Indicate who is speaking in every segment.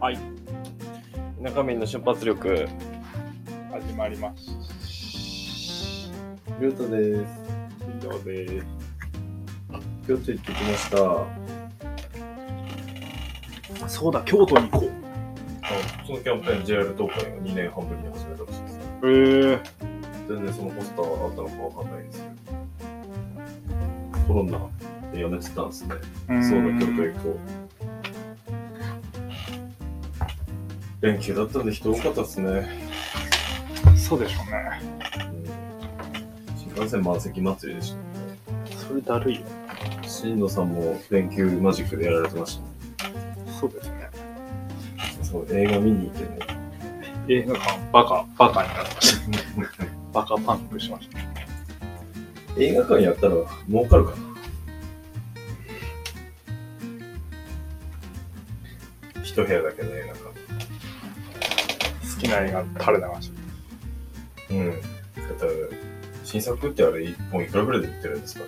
Speaker 1: はい。
Speaker 2: 中身の瞬発力、
Speaker 1: 始まります。
Speaker 3: りょうたです。
Speaker 1: 以上です。
Speaker 3: 京都行ってきました。あ
Speaker 1: そうだ、京都に行こう。
Speaker 3: そのキャンペーン JR 東海が2年半ぶりに始めたらしいです。
Speaker 1: へえ。
Speaker 3: 全然そのポスターあったのかわかんないですけど。コロナでやめてたんですね。そうだ、京都行こう。連休だったんで人多かったですね。
Speaker 1: そうでしょうね。
Speaker 3: うん新幹線満席祭りでしたね。
Speaker 1: それだるいよ。
Speaker 3: 新野さんも連休マジックでやられてましたね。
Speaker 1: そうですね。
Speaker 3: そう、映画見に行けない。
Speaker 1: 映画館、バカ、バカになりました。バカパンクしました。
Speaker 3: 映画館やったら儲かるかな一部屋だけの映画
Speaker 1: 好きな映画垂れ流し。
Speaker 3: 館うんだったら新作ってあれ一本いくらぐらいで売ってるんですかね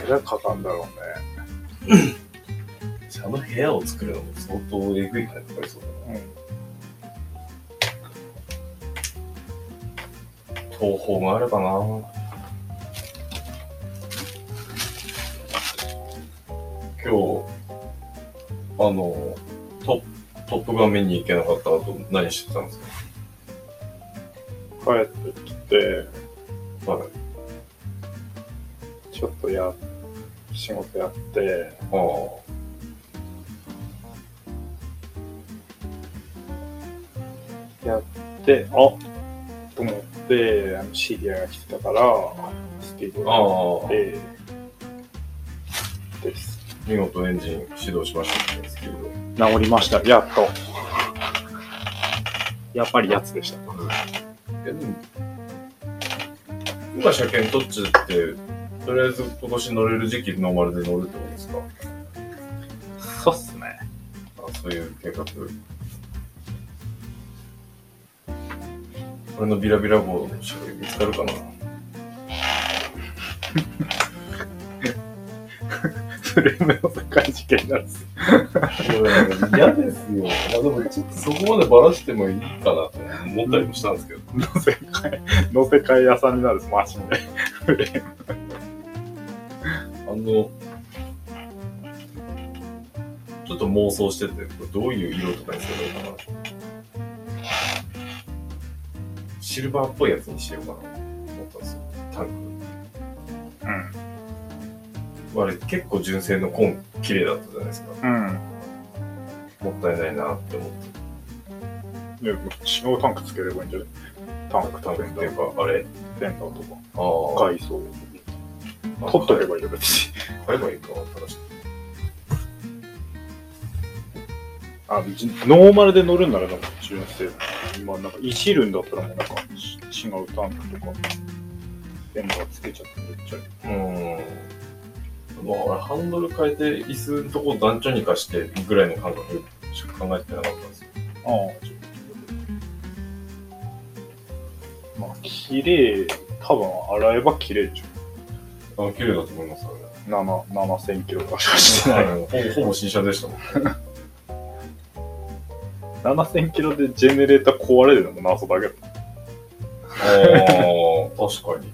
Speaker 1: いくらかかんだろ
Speaker 3: あの部屋を作るのも相当えぐい金かかりそう
Speaker 1: うね。
Speaker 3: だな東宝があればな今日あのトットップ画面に行けなかった後何してたんですか
Speaker 1: うん。帰ってきて、
Speaker 3: はい
Speaker 1: ちょっとや、仕事やって、
Speaker 3: ああ
Speaker 1: やって、あと思って、あの知り合いが来てたから、スピードが
Speaker 3: ああ、
Speaker 1: で、です。
Speaker 3: 見事エンジン始動しましたね、スキルで。
Speaker 1: 治りました、やっと。やっぱりやつでした。
Speaker 3: えでも今、車検どっちって、とりあえず今年乗れる時期ノーマルで乗るってことですか
Speaker 1: そうっすね。
Speaker 3: あそういう計画。俺のビラビラ棒の車検見つかるかな
Speaker 1: それも世界事件なんです。
Speaker 3: 嫌ですよ。まあでもちょっとそこまでバラしてもいいかなと思ったりもしたんですけど。
Speaker 1: の世界、の世界屋さんになるんです、マジで。
Speaker 3: あの、ちょっと妄想してて、これどういう色とかにすればいいかな。シルバーっぽいやつにしようかなと思ったんですよ。タンク。あれ結構純正のコン綺麗だったじゃないですか。
Speaker 1: うん。うん。
Speaker 3: もったいないなって思って。
Speaker 1: でも違うタンクつければいいんじゃないタンク、タ
Speaker 3: タ
Speaker 1: ン
Speaker 3: ン
Speaker 1: ク
Speaker 3: クっていうか、あれ
Speaker 1: ペンダーとか、
Speaker 3: ああ。
Speaker 1: 外装。取っとけばいいよ、別に。
Speaker 3: 買えばいいか、新しい。
Speaker 1: あじノーマルで乗るんならなんか純正今なんかいじるんだったらもうなんかし違うタンクとかペンダーつけちゃってめっちゃいいう
Speaker 3: ーん。まあ俺ハンドル変えて椅子のとこ団長に貸してぐらいの感覚しか考えてなかったんですよ
Speaker 1: ああちょっとまあ綺麗多分洗えば綺麗でしょ
Speaker 3: あ綺麗だと思いますよね。
Speaker 1: 7 7000キロとかしかしてない
Speaker 3: ほぼほぼ新車でしたもん。
Speaker 1: 7000キロでジェネレーター壊れるのも謎だけど
Speaker 3: ああ、確かに。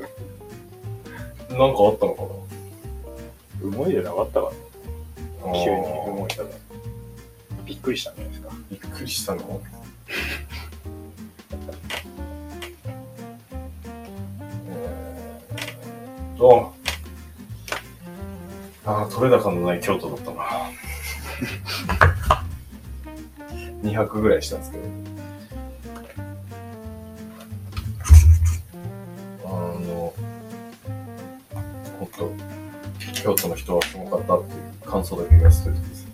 Speaker 3: なんかあったのか
Speaker 1: 動いてなかったから
Speaker 3: な
Speaker 1: 急に
Speaker 3: あ
Speaker 1: 動いたらびっくりしたんじゃないですか
Speaker 3: ーびっくりしたのえーっと、ああ、取れ高のない京都だったな。2泊ぐらいしたんですけど。あの、本当、京都の人はすごかったっていう感想だけがしてるんです。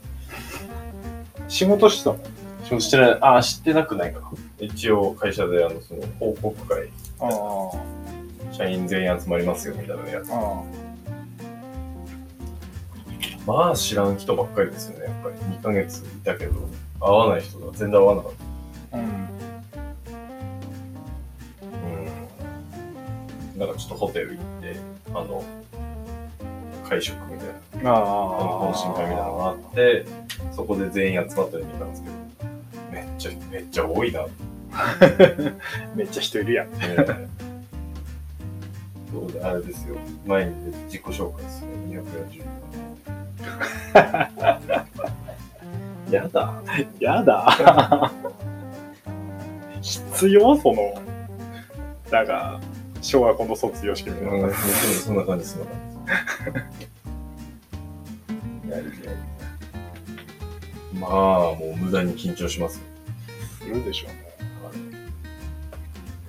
Speaker 1: 仕事してたもん
Speaker 3: 仕事してない、ああ、知ってなくないか。一応、会社で、あの、その、報告会、
Speaker 1: あ
Speaker 3: 社員全員集まりますよ、みたいなやつ。
Speaker 1: あああ
Speaker 3: まあ、知らん人ばっかりですよね、やっぱり。2ヶ月いたけど、会わない人が全然会わなかった。
Speaker 1: うん
Speaker 3: うん。なんかちょっとホテル行って、あの、会食みたいな、
Speaker 1: ああ。
Speaker 3: 懇親会みたいなのがあって、そこで全員集まったり見たんですけど、めっちゃ、めっちゃ多いなって。
Speaker 1: めっちゃ人いるやん。
Speaker 3: そうで、あれですよ。前に自己紹介する240
Speaker 2: やだ。
Speaker 1: や だ。必要その、だが、小学校の卒業式みたいな。
Speaker 3: うん、そんな感じ、そんな感じ。やりたい。まあ、もう無駄に緊張しますよ。
Speaker 1: いるでしょうね。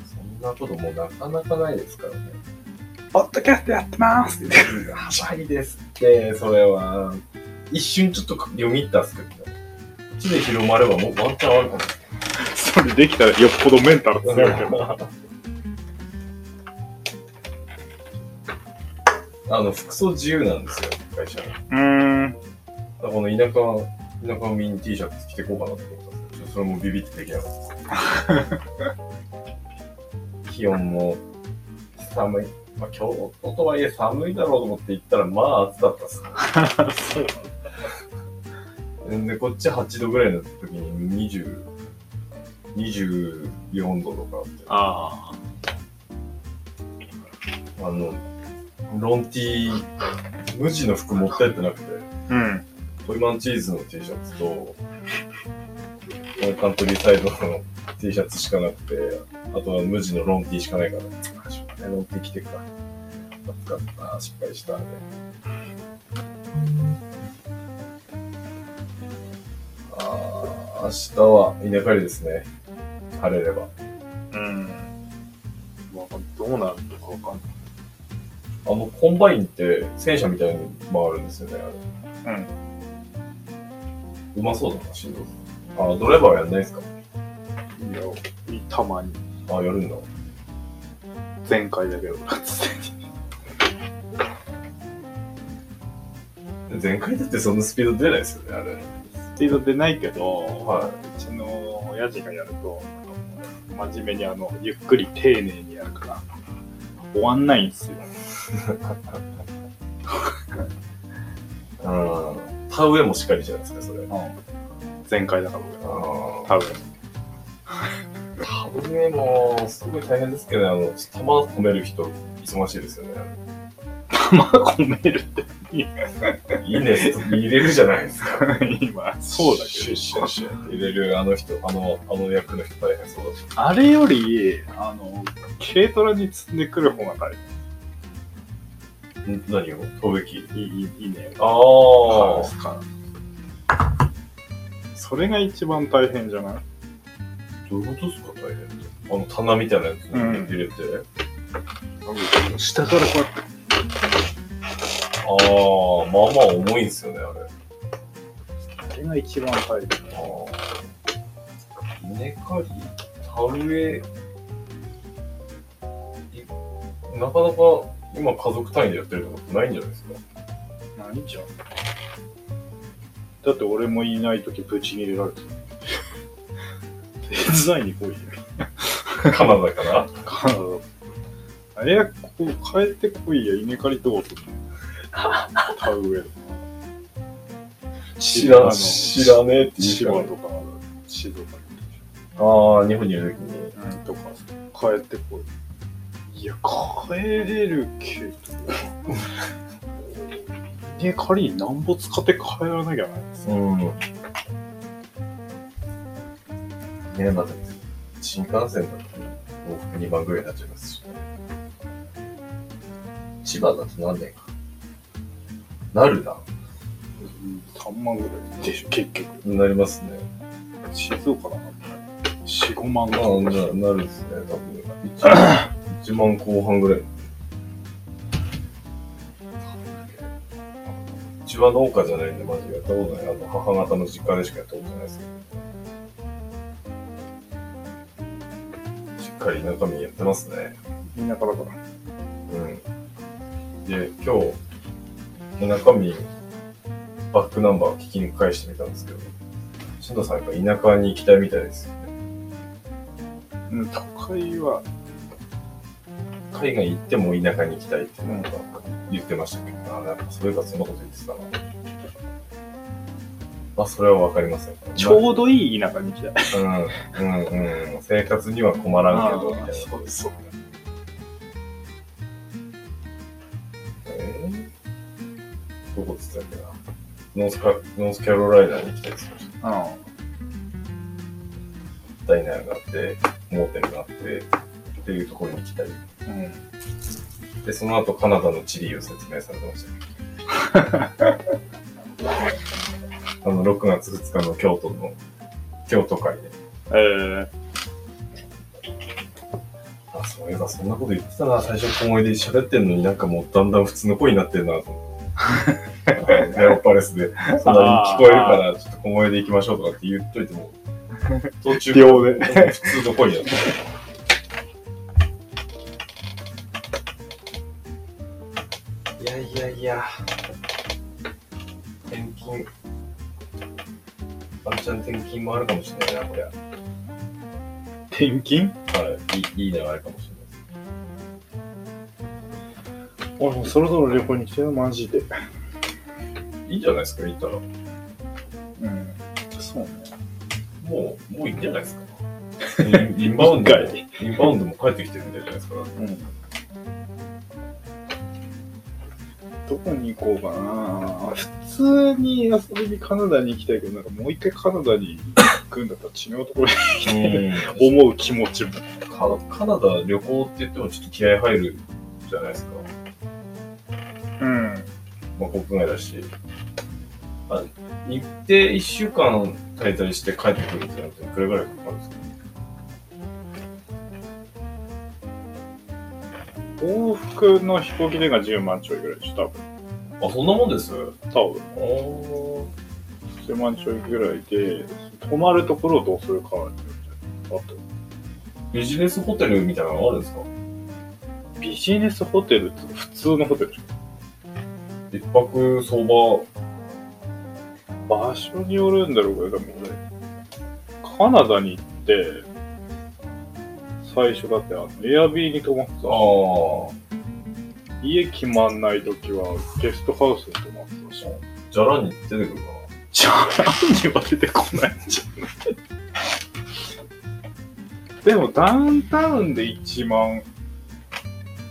Speaker 3: そんなこともうなかなかないですからね。
Speaker 1: ポッドキャストやってますって言って
Speaker 3: やばいですって、それは。一瞬ちょっと読み入ったんですけど、こっちで広まればもうワンチャンあるかも。
Speaker 1: それできたらよっぽどメンタル強いけど。
Speaker 3: あの、服装自由なんですよ、会社
Speaker 1: うーん。
Speaker 3: この田舎、田舎民 T シャツ着てこうかなと思ったんですけどちょっとそれもビビってできなかったです。気温も寒い。まあ、京都とはいえ寒いだろうと思って行ったら、まあ暑かったです。
Speaker 1: そう
Speaker 3: で、こっち8度ぐらいの時に20、24度とかあって。
Speaker 1: あ
Speaker 3: あの、ロンティー、無地の服持ってってなくて、
Speaker 1: あ。うん。
Speaker 3: トイマンチーズの T シャツと、カントリーサイドの T シャツしかなくて、あとは無地のロンティーしかないから、あしょうがないロンティー着てくか。暑かった、失敗した、ね。あー明日は稲刈りですね。晴れれば。
Speaker 1: うん。わかんどうなるのかわかんない。
Speaker 3: あの、コンバインって戦車みたいに回るんですよね、あれ。うん。うまそうだな、振動するあ、ドライバーはやんないですか
Speaker 1: いや、たまに。
Speaker 3: あ、やるんだ。
Speaker 1: 前回だけど、
Speaker 3: 前回だってそんなスピード出ないですよね、あれ。
Speaker 1: スピード出ないけど、
Speaker 3: は
Speaker 1: うちの親父がやると、真面目にあの、ゆっくり丁寧にやるから、終わんないんですよ。
Speaker 3: い。うん。田植えもしっかりじゃないですか、それ。
Speaker 1: 前回だから俺は、
Speaker 3: あ
Speaker 1: 多分。
Speaker 3: あ。田植えも、すごい大変ですけど、あの、玉込める人、忙しいですよね。
Speaker 1: 卵メールって
Speaker 3: いいね、入れるじゃないですか。
Speaker 1: 今、そうだ けど。
Speaker 3: シュッシュッシュッ入れる、あの人、あの、あの役の人大変そうだし。
Speaker 1: あれより、あの、軽トラに積んでくる方が大
Speaker 3: ん何を飛ぶき。
Speaker 1: 変。いい、いいね。
Speaker 3: あ
Speaker 1: ハ
Speaker 3: あ
Speaker 1: ウスから。それが一番大変じゃない
Speaker 3: どういうことですか大変って。あの棚みたいなやつに
Speaker 1: うん
Speaker 3: 入れて。
Speaker 1: 下からこうやって。
Speaker 3: ああ、まあまあ重いんですよね、あれ。
Speaker 1: あれが一番
Speaker 3: あ
Speaker 1: 大変。
Speaker 3: あ。稲刈り、田植え、いなかなか今家族単位でやってるとかってないんじゃないですか。
Speaker 1: ないじゃん。だって俺もいないときぶち切れられてる。 手伝いに来いよ。
Speaker 3: カナダから。
Speaker 1: カナダだあれや、こう帰ってこいや、稲刈りどうぞ。田植え。
Speaker 3: 知ら
Speaker 1: あの
Speaker 3: ん、知らねえって
Speaker 1: 千
Speaker 3: 言
Speaker 1: 葉
Speaker 3: う
Speaker 1: とか、静岡
Speaker 3: から。ああ、日本にいるときに。
Speaker 1: とか、帰ってこい。いや、帰れるけど、稲刈りになんぼ使って帰らなきゃならないんですよ。
Speaker 3: うん。ねえ、また新幹線だと往復2万ぐらいになっちゃいますし、千葉だと何年か。なるな。
Speaker 1: 3万ぐらいでしょ、結局。
Speaker 3: なりますね。
Speaker 1: 静岡だなんて、4、5万
Speaker 3: ま
Speaker 1: ぐ
Speaker 3: あ、な
Speaker 1: ら
Speaker 3: いなるですね、多分。1万 ,1 万後半ぐらい。うちは農家じゃないんで、マジでやったことない。あの、母方の実家でしかやったことないですけど。しっかり中身やってますね。
Speaker 1: みんなからから。
Speaker 3: うん。で、今日、中身、バックナンバー聞きに返してみたんですけど、しんどさんやっぱ田舎に行きたいみたいですよね。
Speaker 1: うん、都会は、
Speaker 3: 海外行っても田舎に行きたいってなんか言ってましたけどな、なんかそういえばそんなこと言ってたな。まあ、それはわかりません。
Speaker 1: ちょうどいい田舎に行きたい。
Speaker 3: うん、うん、うん。生活には困らんけど、みたいな。
Speaker 1: そうそう。
Speaker 3: えー、どこっつったっけな。ノースカノースカロライナに行きたいですよ。
Speaker 1: う
Speaker 3: ダイナーがあって、モーテルがあって、っていうところに行きたい。
Speaker 1: ん。うん。
Speaker 3: で、その後カナダの地理を説明されてましたけど。あの、6月2日の京都の、京都会で。
Speaker 1: えー、
Speaker 3: あ、そういえばそんなこと言ってたな。最初、思い出喋ってんのになんかもうだんだん普通の声になってるなと 思って。はいメロンパレスで、そんなに聞こえるから、ちょっと小声で行きましょうとかって言っといても、途中から
Speaker 1: 秒で
Speaker 3: なんか普通の声になってる。いやいやいや、転勤。ワンチャン転勤もあるかもしれないな、これ。は
Speaker 1: 転勤
Speaker 3: い、いい流れかもしれない。
Speaker 1: 俺もうそろそろ旅行に来てよ、マジで。
Speaker 3: いいんじゃないですか、行ったら。も
Speaker 1: うん。そうね。
Speaker 3: う、もういいんじゃないですか。インインバウンドも、インバウンドも帰ってきてるみたいじゃないですか。
Speaker 1: うん。どこに行こうかな普通に遊びにカナダに行きたいけど、なんかもう一回カナダに行くんだったら違うところに
Speaker 3: う
Speaker 1: 思う気持ちも。
Speaker 3: ん、カカナダ旅行って言ってもちょっと気合入るじゃないですか。
Speaker 1: うん。
Speaker 3: まあ、国外だし。あ行って1週間滞在して帰ってくるってなって、くれぐらいかかるんですか
Speaker 1: 往復の飛行機でが10万ちょいぐらいでしょ、
Speaker 3: あ、そんなもんです
Speaker 1: 多分。多分。
Speaker 3: お
Speaker 1: 10万ちょいぐらいで、泊まるところをどうするかってあと、
Speaker 3: ビジネスホテルみたいなのあるんですか
Speaker 1: ビジネスホテルって普通のホテルでしょ
Speaker 3: 一泊相場
Speaker 1: 場所によるんだろうけど、でも俺、カナダに行って、最初だって、あの、エアビーに泊まって
Speaker 3: あ
Speaker 1: た
Speaker 3: あ、
Speaker 1: し、家決まんない時はゲストハウスに泊まってたし、
Speaker 3: じゃらに出てくるかな。
Speaker 1: じゃあ何は出てこないんじゃないでも、ダウンタウンで1万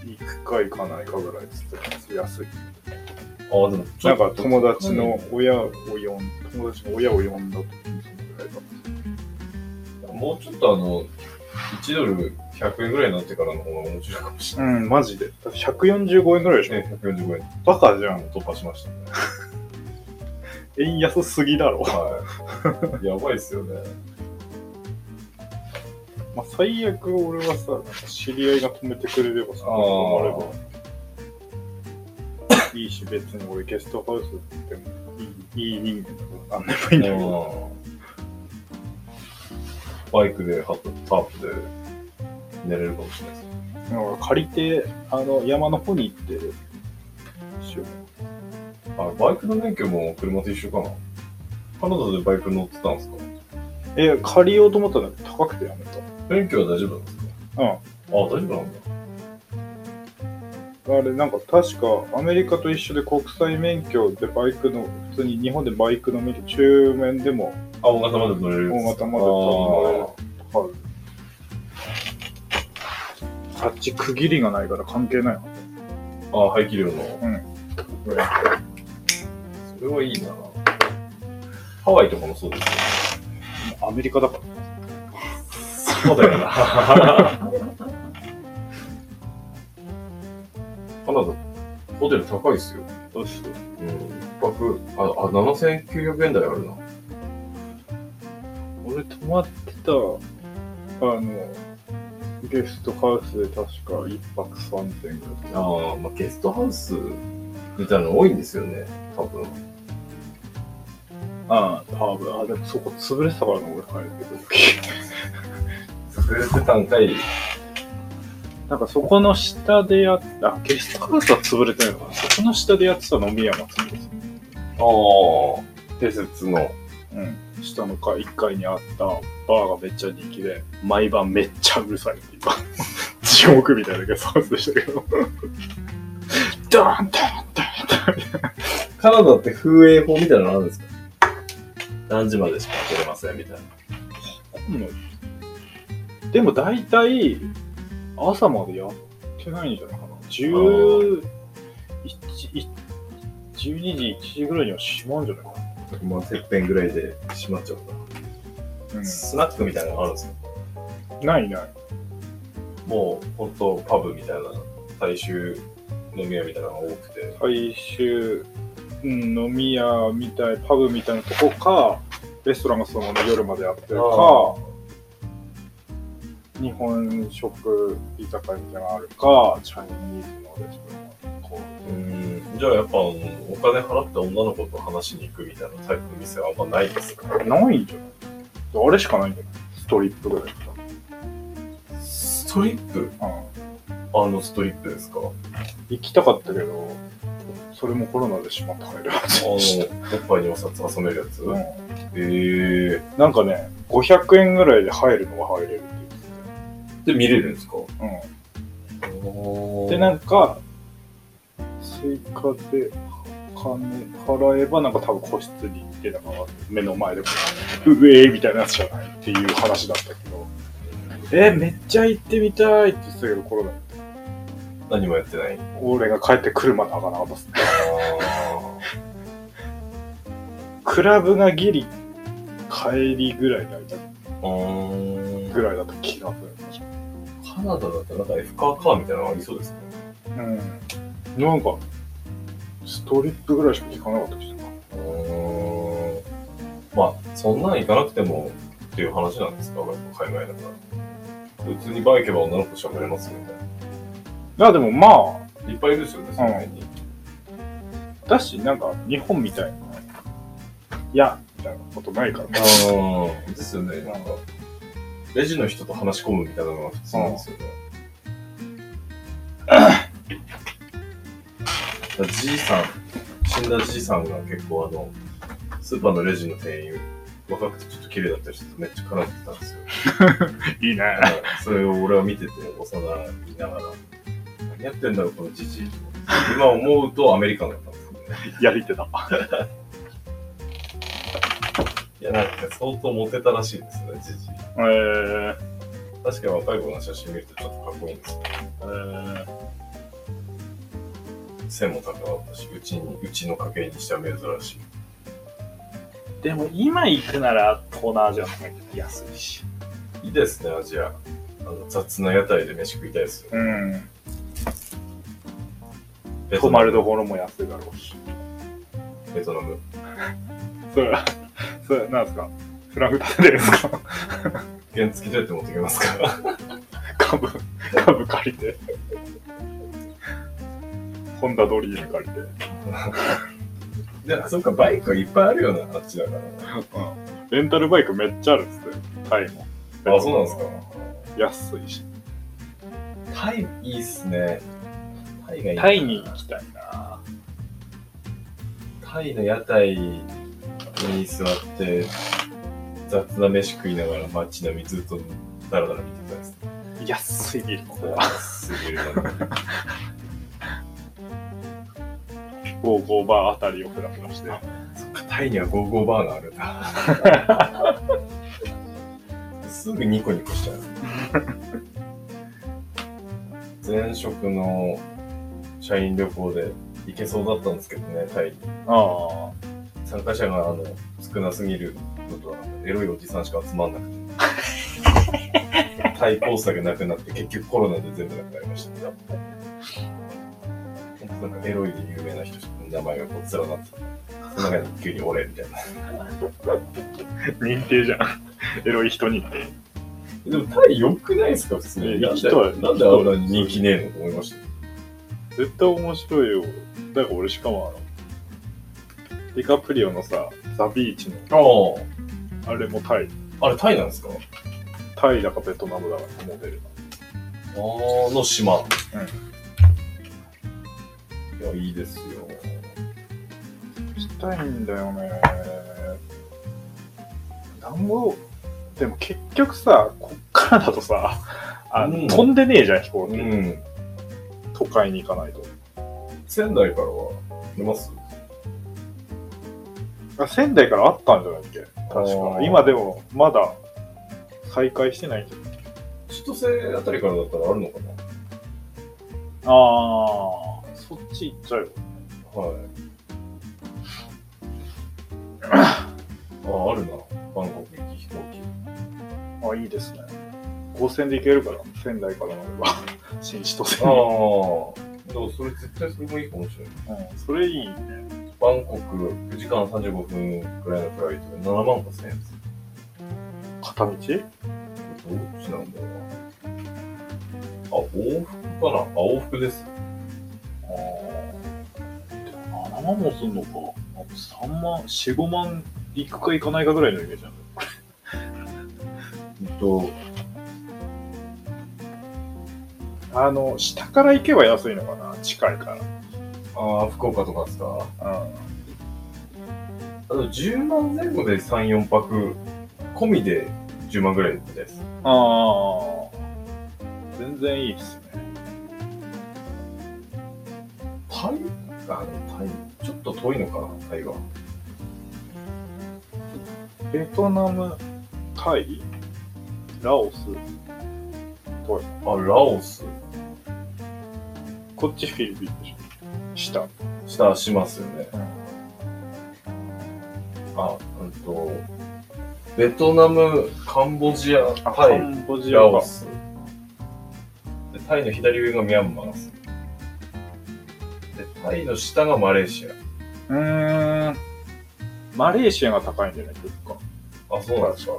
Speaker 1: 行くか行かないかぐらいっつってたやつ安い。
Speaker 3: ああ、でもちょ
Speaker 1: なん
Speaker 3: っと
Speaker 1: か友達の親を呼ん、友達の親を呼んだ時にそのぐらいだった。
Speaker 3: もうちょっとあの、1ドル100円ぐらいになってからの方が面白いかもし
Speaker 1: うん、マジで。だって145円ぐらいでしょ、
Speaker 3: れない。ね、145円。
Speaker 1: バカじゃ
Speaker 3: あ
Speaker 1: ん。
Speaker 3: の突破しましたね。
Speaker 1: 円安すぎだろ。
Speaker 3: はい。やばいっすよね。
Speaker 1: まあ、最悪俺はさ、なんか知り合いが止めてくれればさ、
Speaker 3: あー
Speaker 1: 泊まればいいし、別に俺ゲストハウスでもいいいい人間だから、なんでもいいんだけど。
Speaker 3: バイクで、ハット、タープで寝れるかもしれないです。
Speaker 1: なんか借りて、あの、山の方に行って、しよう。
Speaker 3: あ、バイクの免許も車と一緒かな。カナダでバイク乗ってたんですか
Speaker 1: え、借りようと思ったんだけど、高くてやめた。
Speaker 3: 免許は大丈夫なんですか
Speaker 1: うん
Speaker 3: あ、大丈夫なんだ。
Speaker 1: あれ、なんか確かアメリカと一緒で国際免許でバイクの、普通に日本でバイクの免許、中面でも
Speaker 3: あ、大型まで乗れる
Speaker 1: 大型まで
Speaker 3: 乗
Speaker 1: 乗れる。あっち区切りがないから関係ない
Speaker 3: れる。あ、
Speaker 1: わ。
Speaker 3: 排気量の。
Speaker 1: うん
Speaker 3: それはいいなハワイとかもそうですよ。
Speaker 1: アメリカだから。
Speaker 3: そうだよな。 カナダ、ホテル高いっすよ。
Speaker 1: どうしよ
Speaker 3: うん。一泊、あ、あ7900円台あるな。
Speaker 1: う俺泊まってた、あの、ゲストハウスで確か一泊三千ぐらい。
Speaker 3: ああ、まあ、ゲストハウスみたいなの多いんですよね、多分。
Speaker 1: ああ、多分。あ、でもそこ潰れてたからな、俺帰ってくる時。
Speaker 3: 潰れてたんかい。
Speaker 1: なんかそこの下でやった、あゲストハウスは潰れてないのかな。そこの下でやってた飲み屋も潰れて
Speaker 3: ああ、手説の。
Speaker 1: たうん。下の階、1階にあったバーがめっちゃ人気で、毎晩めっちゃうるさいっていうか、 地獄みたいなサウンドでしたけど。 ドーンドーンドーンドーン
Speaker 3: カナダって風営法みたいなのあるんですか何時までしか取れませんみたいな。
Speaker 1: うんでも大体、朝までやってないんじゃないかな。11 1 12時、1時ぐらいには閉まるんじゃないか
Speaker 3: まあ、てっぺんぐらいで閉まっちゃった。
Speaker 1: な。
Speaker 3: スナックみたいなのがあるんですよ。
Speaker 1: ないない。
Speaker 3: もう、ほんと、パブみたいな、大衆飲み屋みたいなのが多くて。
Speaker 1: 大衆、うん、飲み屋みたい、パブみたいなとこか、レストランがそのまま夜までやってる
Speaker 3: あ
Speaker 1: か、日本食居酒屋みたいなのあるか、チャイニーズのレストランがあるか。
Speaker 3: うん。じゃあ、やっぱ、あのお金払って女の子と話しに行くみたいなタイプの店はあんまないですか
Speaker 1: ないんじゃないあれしかないんじゃないストリップぐらいだっ
Speaker 3: ストリップ
Speaker 1: たうん
Speaker 3: あのストリップですかあ
Speaker 1: 行きたかったけど、それもコロナでしまったから
Speaker 3: の、おっぱいにお札挟めるやつ、
Speaker 1: うん
Speaker 3: ええ
Speaker 1: なんかね、500円ぐらいで入るのが入れるっていう。
Speaker 3: で、見れるんですか
Speaker 1: うん、で、なんか、追加で金払えば、なんか多分個室に行って、なんか目の前でこう、うえーみたいなやつじゃないっていう話だったけど、えーめっちゃ行ってみたいって言ってたけど、コロナで
Speaker 3: 何もやってない。
Speaker 1: 俺が帰ってくるまで上がらなかったっすね。
Speaker 3: あ
Speaker 1: クラブがギリ帰りぐらいだった
Speaker 3: ーうん
Speaker 1: ぐらいだった気がする。
Speaker 3: カナダだったらなんか F カーカーみたいなのありそうですね。
Speaker 1: うん。なんか、ストリップぐらいしか聞かなかったけどな。
Speaker 3: うーん。まあ、そんなん行かなくてもっていう話なんですか、やっぱ海外だから。普通にバイ行けば女の子喋れますよね。
Speaker 1: いや、でもま
Speaker 3: いっぱいいるですよね、その辺に。
Speaker 1: あ、だし、なんか、日本みたいな、いや、みたいなことないからね。
Speaker 3: あーですよね、なんか。レジの人と話し込むみたいなのが普通なんですよね。だからじいさん、死んだじいさんが結構あの、スーパーのレジの店員、若くてちょっと綺麗だった人とめっちゃ絡んでたんですよ。
Speaker 1: いいね。
Speaker 3: それを俺は見てて、幼いながら、何やってんだろう、このじじいと。今思うとアメリカンだったんですよね。
Speaker 1: やり てた。
Speaker 3: いや、なんか相当モテたらしいですね、じじい。
Speaker 1: えー、
Speaker 3: 確かに若い子の写真見るとちょっとかっこいいんですよ。
Speaker 1: えー、
Speaker 3: 背も高かったし、うちに、うちの家系にしては珍しい。
Speaker 1: でも今行くなら東南アジアの方が安いし。
Speaker 3: いいですね、アジア。あの雑な屋台で飯食いたいですよ。
Speaker 1: うん。
Speaker 3: ベトナ
Speaker 1: 泊ま
Speaker 3: ム
Speaker 1: るところも安いだろうし。
Speaker 3: ベトナム。
Speaker 1: それは、それ、なんですかフラグ立ててるんですか
Speaker 3: 原付きどうやって持ってきますか
Speaker 1: 株、株借りて。ホンダドリーム借りて。
Speaker 3: で、そっか、バイクいっぱいあるよな、あっちだから。
Speaker 1: うんレンタルバイクめっちゃあるっすよ、タイも。
Speaker 3: あ、そうなんですか。
Speaker 1: 安いし。
Speaker 3: タイ、いいっすね。タイがいいな。
Speaker 1: タイに行きたいな
Speaker 3: タイの屋台に座って、雑な飯食いながら街並みずっとダラダラ見てたんです。
Speaker 1: 安いビル、ここは。
Speaker 3: すげえな。
Speaker 1: ゴーゴーバーあたりをフラフラして。
Speaker 3: そっか、タイにはゴーゴーバーがあるんだ。すぐニコニコしちゃう。前職の社員旅行で行けそうだったんですけどね、タイに。
Speaker 1: あ
Speaker 3: 参加者があの少なすぎるのと、エロいおじさんしか集まんなくて。対抗策なくなって、結局コロナで全部なくなりましたね。なんかエロいで有名な人の名前がこう連なってた。その中に急に俺みたいな。
Speaker 1: あ。認定じゃん。 エロい人認定。
Speaker 3: でもタイ良くないですか、普通
Speaker 1: い
Speaker 3: に。
Speaker 1: や
Speaker 3: なんで、
Speaker 1: 人は
Speaker 3: なんであんなに人気ねえのと思いました。
Speaker 1: 絶対面白いよ。だから俺しかもあの、ディカプリオのさ、ザビーチの、
Speaker 3: あ
Speaker 1: あれもタイ。
Speaker 3: あ、あれタイなんですか
Speaker 1: タイだかベトナムだかのモデル
Speaker 3: あーの島。いや、いいですよ。
Speaker 1: 行きたいんだよね。なんも、でも結局さ、こっからだとさ、あ
Speaker 3: うん
Speaker 1: 飛んでねえじゃん、飛行
Speaker 3: う
Speaker 1: 機。
Speaker 3: ん。
Speaker 1: 都会に行かないと。
Speaker 3: 仙台からは出ます
Speaker 1: あ仙台からあったんじゃないっけ確
Speaker 3: あ
Speaker 1: か。
Speaker 3: ー
Speaker 1: 今でも、まだ、再開してないんじゃない
Speaker 3: 千歳あたりからだったらあるのか
Speaker 1: ああ、そっち行っちゃうよ。
Speaker 3: なはい。あ、あるな。バンコク行き飛行機。
Speaker 1: あ、いいですね。高線で行けるから、仙台からなれば、 新千歳
Speaker 3: あ
Speaker 1: に。
Speaker 3: あ。でもそれ絶対それもいいかもしれない。
Speaker 1: うん、それいいね。
Speaker 3: バンコク9時間35分くらいのフライトで7万5千円です。
Speaker 1: 片道
Speaker 3: どっちなんだろうな。あ、往復かなあ、往復です。
Speaker 1: ああ。7万もすんのか。あと3万、4、5万行くか行かないかぐらいのイメージなんだよ。
Speaker 3: えっと、
Speaker 1: あの、下から行けば安いのかな近いか
Speaker 3: ああ、福岡とかですか。
Speaker 1: ら。うん。
Speaker 3: あと10万前後で3、4泊、込みで10万ぐらいみたいです。
Speaker 1: ああ。全然いいですね。
Speaker 3: タイあ、でもタイ、ちょっと遠いのかな、タイは。
Speaker 1: ベトナム、タイ、ラオス、
Speaker 3: あ、ラオス。
Speaker 1: こっちフィリピンでしょ。下。
Speaker 3: 下しますよね。
Speaker 1: うん
Speaker 3: あ、うんと、ベトナム、カンボジア、
Speaker 1: あ
Speaker 3: タ
Speaker 1: カ
Speaker 3: イ、
Speaker 1: ンボジア
Speaker 3: ラ
Speaker 1: か
Speaker 3: オ。ス。でタイの左上がミャンマーです。で、タイの下がマレーシ
Speaker 1: うーん。マレーシアが高いんじゃないですか。
Speaker 3: ア。あ、そうなんですか。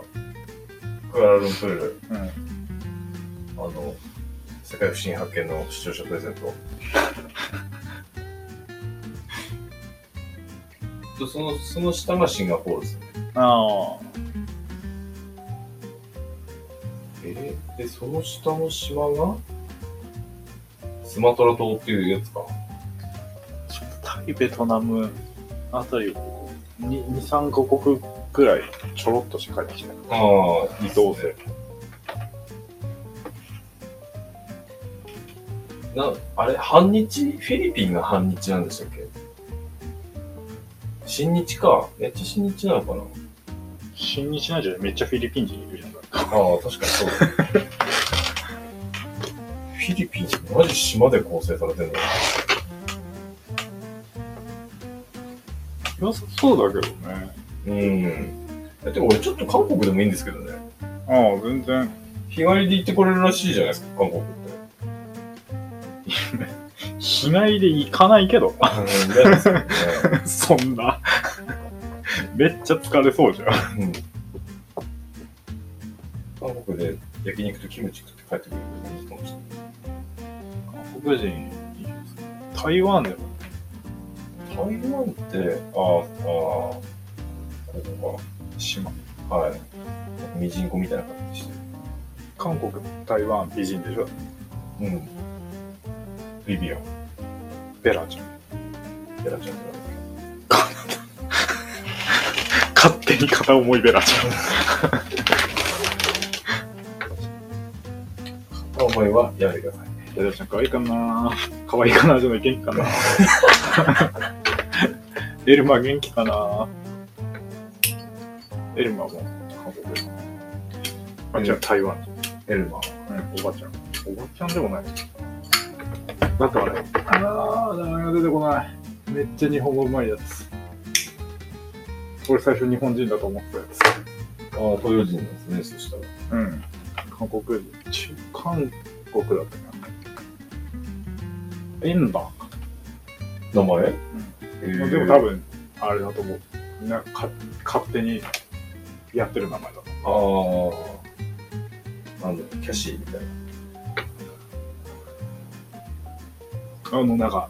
Speaker 3: クアラルンプール、
Speaker 1: うん。
Speaker 3: あの、世界不審発見の視聴者プレ ゼント。とその、その下がシンガポールです。
Speaker 1: あ
Speaker 3: えーで、その下の島がスマトラ島っていうやつか。
Speaker 1: あ。ちょっとタイ、ベトナムあたりをに2、3カ国ぐらいちょろっとしか帰ってきてない。
Speaker 3: ああ、いい
Speaker 1: どう
Speaker 3: せ。な、あれ、半日フィリピンが半日なんでしたっけ新日か。めっちゃ新日なのかな
Speaker 1: 新日なんじゃないめっちゃフィリピン人いるじゃん。
Speaker 3: ああ、確かにそうだね。フィリピン、マジ島で構成されてんだよ。
Speaker 1: 良さそうだけどね。
Speaker 3: うん。えてか俺ちょっと韓国でもいいんですけどね。
Speaker 1: ああ、全然。
Speaker 3: 日帰りで行ってこれるらしいじゃないですか、韓国って。
Speaker 1: 日帰り行かないけど、
Speaker 3: うん、嫌ですよね。
Speaker 1: そんな。めっちゃ疲れそうじゃん。
Speaker 3: うん韓国で焼肉とキムチ食って帰ってくるのもいいかもしれない。
Speaker 1: 韓国人、台湾でも。
Speaker 3: 台湾って、ああ、ああ、ここ
Speaker 1: 島。
Speaker 3: か。はい。ミジンコみたいな感じでし
Speaker 1: 韓国、台湾、美人でしょ
Speaker 3: た。うん。リビア、
Speaker 1: ベラちゃん。
Speaker 3: ペラちゃんとか。
Speaker 1: 勝手に片思いベラちゃん。
Speaker 3: お前はやめてください。
Speaker 1: ベラちゃん可愛いかな可愛いかなじゃない元気かなエルマ元気かなエルマも韓国人。あ、じゃあ台湾人。
Speaker 3: エルマー。
Speaker 1: おばちゃん。おばちゃんでもない。だってあれ。ああ、名前が出てこない。めっちゃ日本語うまいやつ。俺最初日本人だと思ったやつ。
Speaker 3: ああ、東洋人なんですね、そしたら。
Speaker 1: うん。韓国人。中韓国だったかな。エンバーか。
Speaker 3: 名前え
Speaker 1: まあ
Speaker 3: ー
Speaker 1: でも多分、あれだと思う。なか勝手にやってる名前だと思
Speaker 3: ああ、なんだろうキャシーみたいな。
Speaker 1: う。あの、なんか、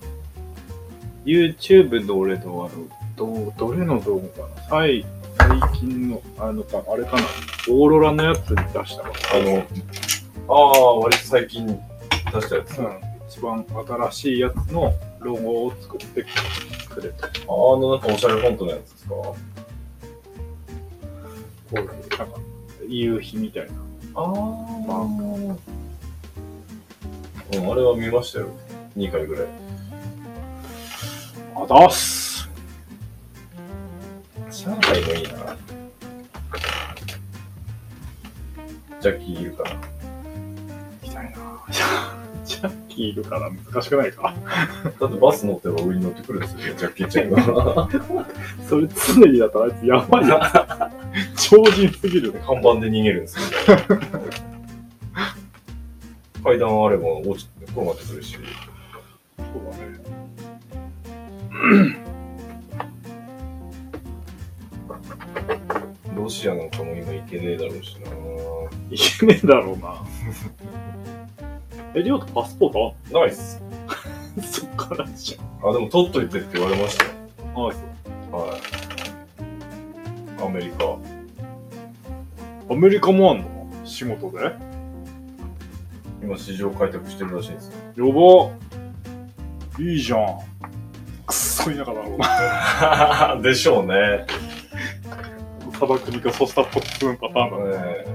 Speaker 1: YouTube の俺のあの、どう、どれの動画かな。最最近の、あのか、あれかな。オーロラのやつに出したわ。
Speaker 3: あの、ああ、割と最近出したやつ。あ
Speaker 1: うん。一番新しいやつのロゴを作ってくれた。
Speaker 3: あの、なんかおしゃれフォントのやつですか
Speaker 1: こういう、なんか、夕日みたいな。
Speaker 3: ああ、まあ、うん、あれは見ましたよ。2回ぐらい。
Speaker 1: あだっす。
Speaker 3: 上海もいいな。ジャッキーいるかな。
Speaker 1: みたいな。いや、ジャッキーいるから難しくないか。
Speaker 3: だってバス乗ってば上に乗ってくるんですよ、ジャッキーちゃんが。
Speaker 1: それ常にだとあいつやばいな。超人すぎるね。
Speaker 3: 看板で逃げるんですよ。階段あれば落ちて転がってくるし。
Speaker 1: そうだね。
Speaker 3: ロシアなんかも今行けねえだろうしない
Speaker 1: けねえだろうな。え、りょうとパスポート。
Speaker 3: ナイス。
Speaker 1: あんの そっからじゃん。
Speaker 3: あ、でも取っといてって言われましたよ。
Speaker 1: あ
Speaker 3: はい。アメリカ。
Speaker 1: アメリカもあんの仕事でや
Speaker 3: 今市場開拓してるらしいんですよ。
Speaker 1: ば。いいじゃん。くっそ田舎だろうな。
Speaker 3: でしょうね。
Speaker 1: 砂漠にかそしたっぽくするパターンだね。
Speaker 3: ね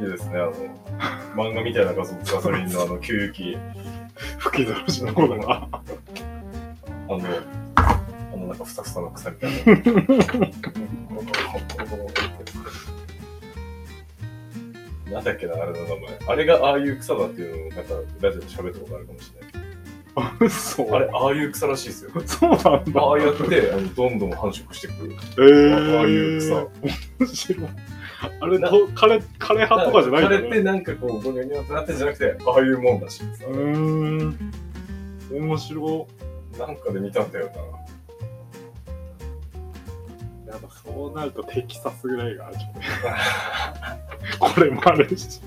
Speaker 3: えいいですね、あの、漫画みたいな画像、ガソリンのあの、給油機、
Speaker 1: 吹きざらしの方だな。
Speaker 3: あの、あの、なんか、ふさふさの草みたいな。 なんだっけな、あれの名前。あれがああいう草だっていうのを、なんか、ラジオで喋ったことあるかもしれない。
Speaker 1: 嘘。
Speaker 3: あれ、ああいう草らしい ですよ。
Speaker 1: そうなんだ。
Speaker 3: ああやって、あのどんどん繁殖してくる。
Speaker 1: えー、
Speaker 3: ああいう草。
Speaker 1: 面白い。あれ、と枯れ、枯れ葉とかじゃないん
Speaker 3: あれ
Speaker 1: だ
Speaker 3: っ
Speaker 1: ね。
Speaker 3: てなんかこう、ゴニョゴニョってなってんじゃなくて、ああいうもんらしいです
Speaker 1: う。ーん。面白
Speaker 3: なんかで見たんだよな。
Speaker 1: い。やっぱそうなるとテキサスぐらいがちょっと これもあるし。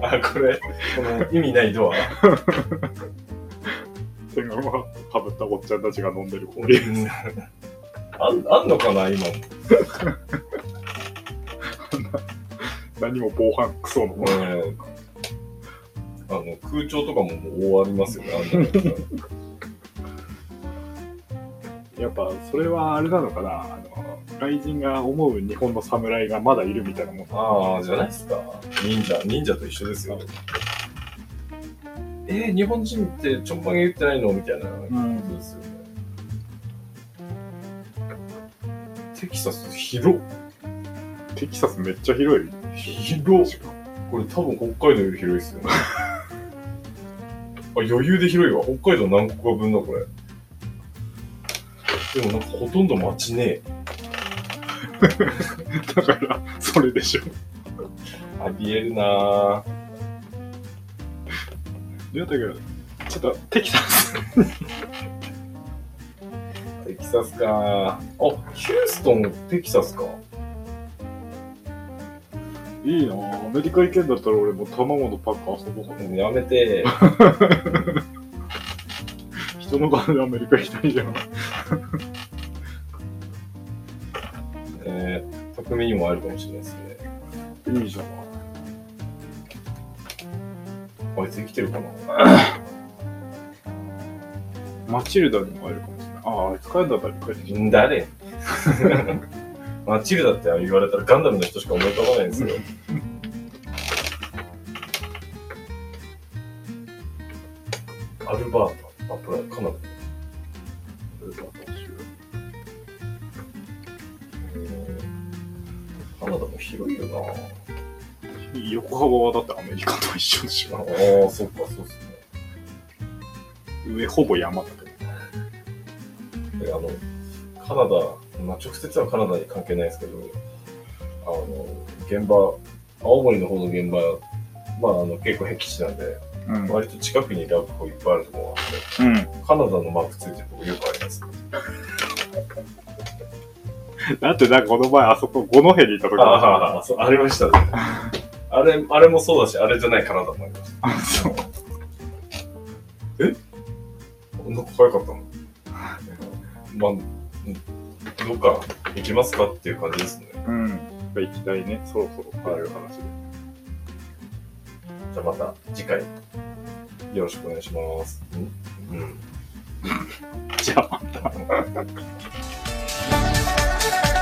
Speaker 3: あ、これ、この意味ないドア。
Speaker 1: 天狗がかぶったおっちゃんたちが飲んでる氷。
Speaker 3: あんあんのかな、今も。
Speaker 1: 何も防犯クソのもの。
Speaker 3: うんあの空調とかももう終わりますよね、あんなのだったら
Speaker 1: やっぱそれはあれなのかな。あの外人が思う日本の侍がまだいるみたいなもん。
Speaker 3: ああ、じゃないですか。忍者、忍者と一緒ですよ。えー、日本人ってちょんぱげ言ってないのみたいなことですよね。テキサス広っ
Speaker 1: テキサスめっちゃ広い。
Speaker 3: 広っこれ多分北海道より広いですよね。 あ、余裕で広いわ。北海道何個か分だ、これ。でもなんかほとんど街ねえ。
Speaker 1: だから、それでしょ。
Speaker 3: ありえるなぁ。
Speaker 1: りょうたくん、ちょっとテキサス。
Speaker 3: テキサスかあ、ヒューストン、テキサスか。
Speaker 1: いいなぁアメリカ行けんだったら俺も卵のパック遊ぼうかな。
Speaker 3: やめて。
Speaker 1: 人の金でアメリカ行きたいじゃん。
Speaker 3: えー、匠にも会えるかもしれないですね。
Speaker 1: いいじゃん。
Speaker 3: あいつ生きてるかな
Speaker 1: マチルダにも会えるかもしれない。ああ、あいつ帰んだったら帰ってき
Speaker 3: 誰マチルダって言われたらガンダムの人しか思い浮かばないんですよ。アルバート。あ、これはカナダ。アルバート州うんカナダも広いよな
Speaker 1: た。横幅はだってアメリカと一緒でしょ。
Speaker 3: ああ、そっか、そうっすね。
Speaker 1: 上ほぼ山だけど。
Speaker 3: であの、カナダ、まあ、直接はカナダに関係ないですけど、あの、現場、青森の方の現場、まあ、あの、結構僻地なんで、
Speaker 1: うん
Speaker 3: 割と近くにラブホいっぱいあると思うんで、カナダのマークついてるとこよくあります。
Speaker 1: だってなんかこの前あそこ五戸にいた時
Speaker 3: あああ、そう、ありましたね。 あれ、あれもそうだし、あれじゃないカナダもありました。
Speaker 1: あそう
Speaker 3: こんな可愛かったの。 まあ、どっか行きますかっていう感じですね。
Speaker 1: うん行きたいねそろそろっていう話で
Speaker 3: じゃあまた次回、よろしくお願いします。うん。うん
Speaker 1: じゃあ
Speaker 4: 「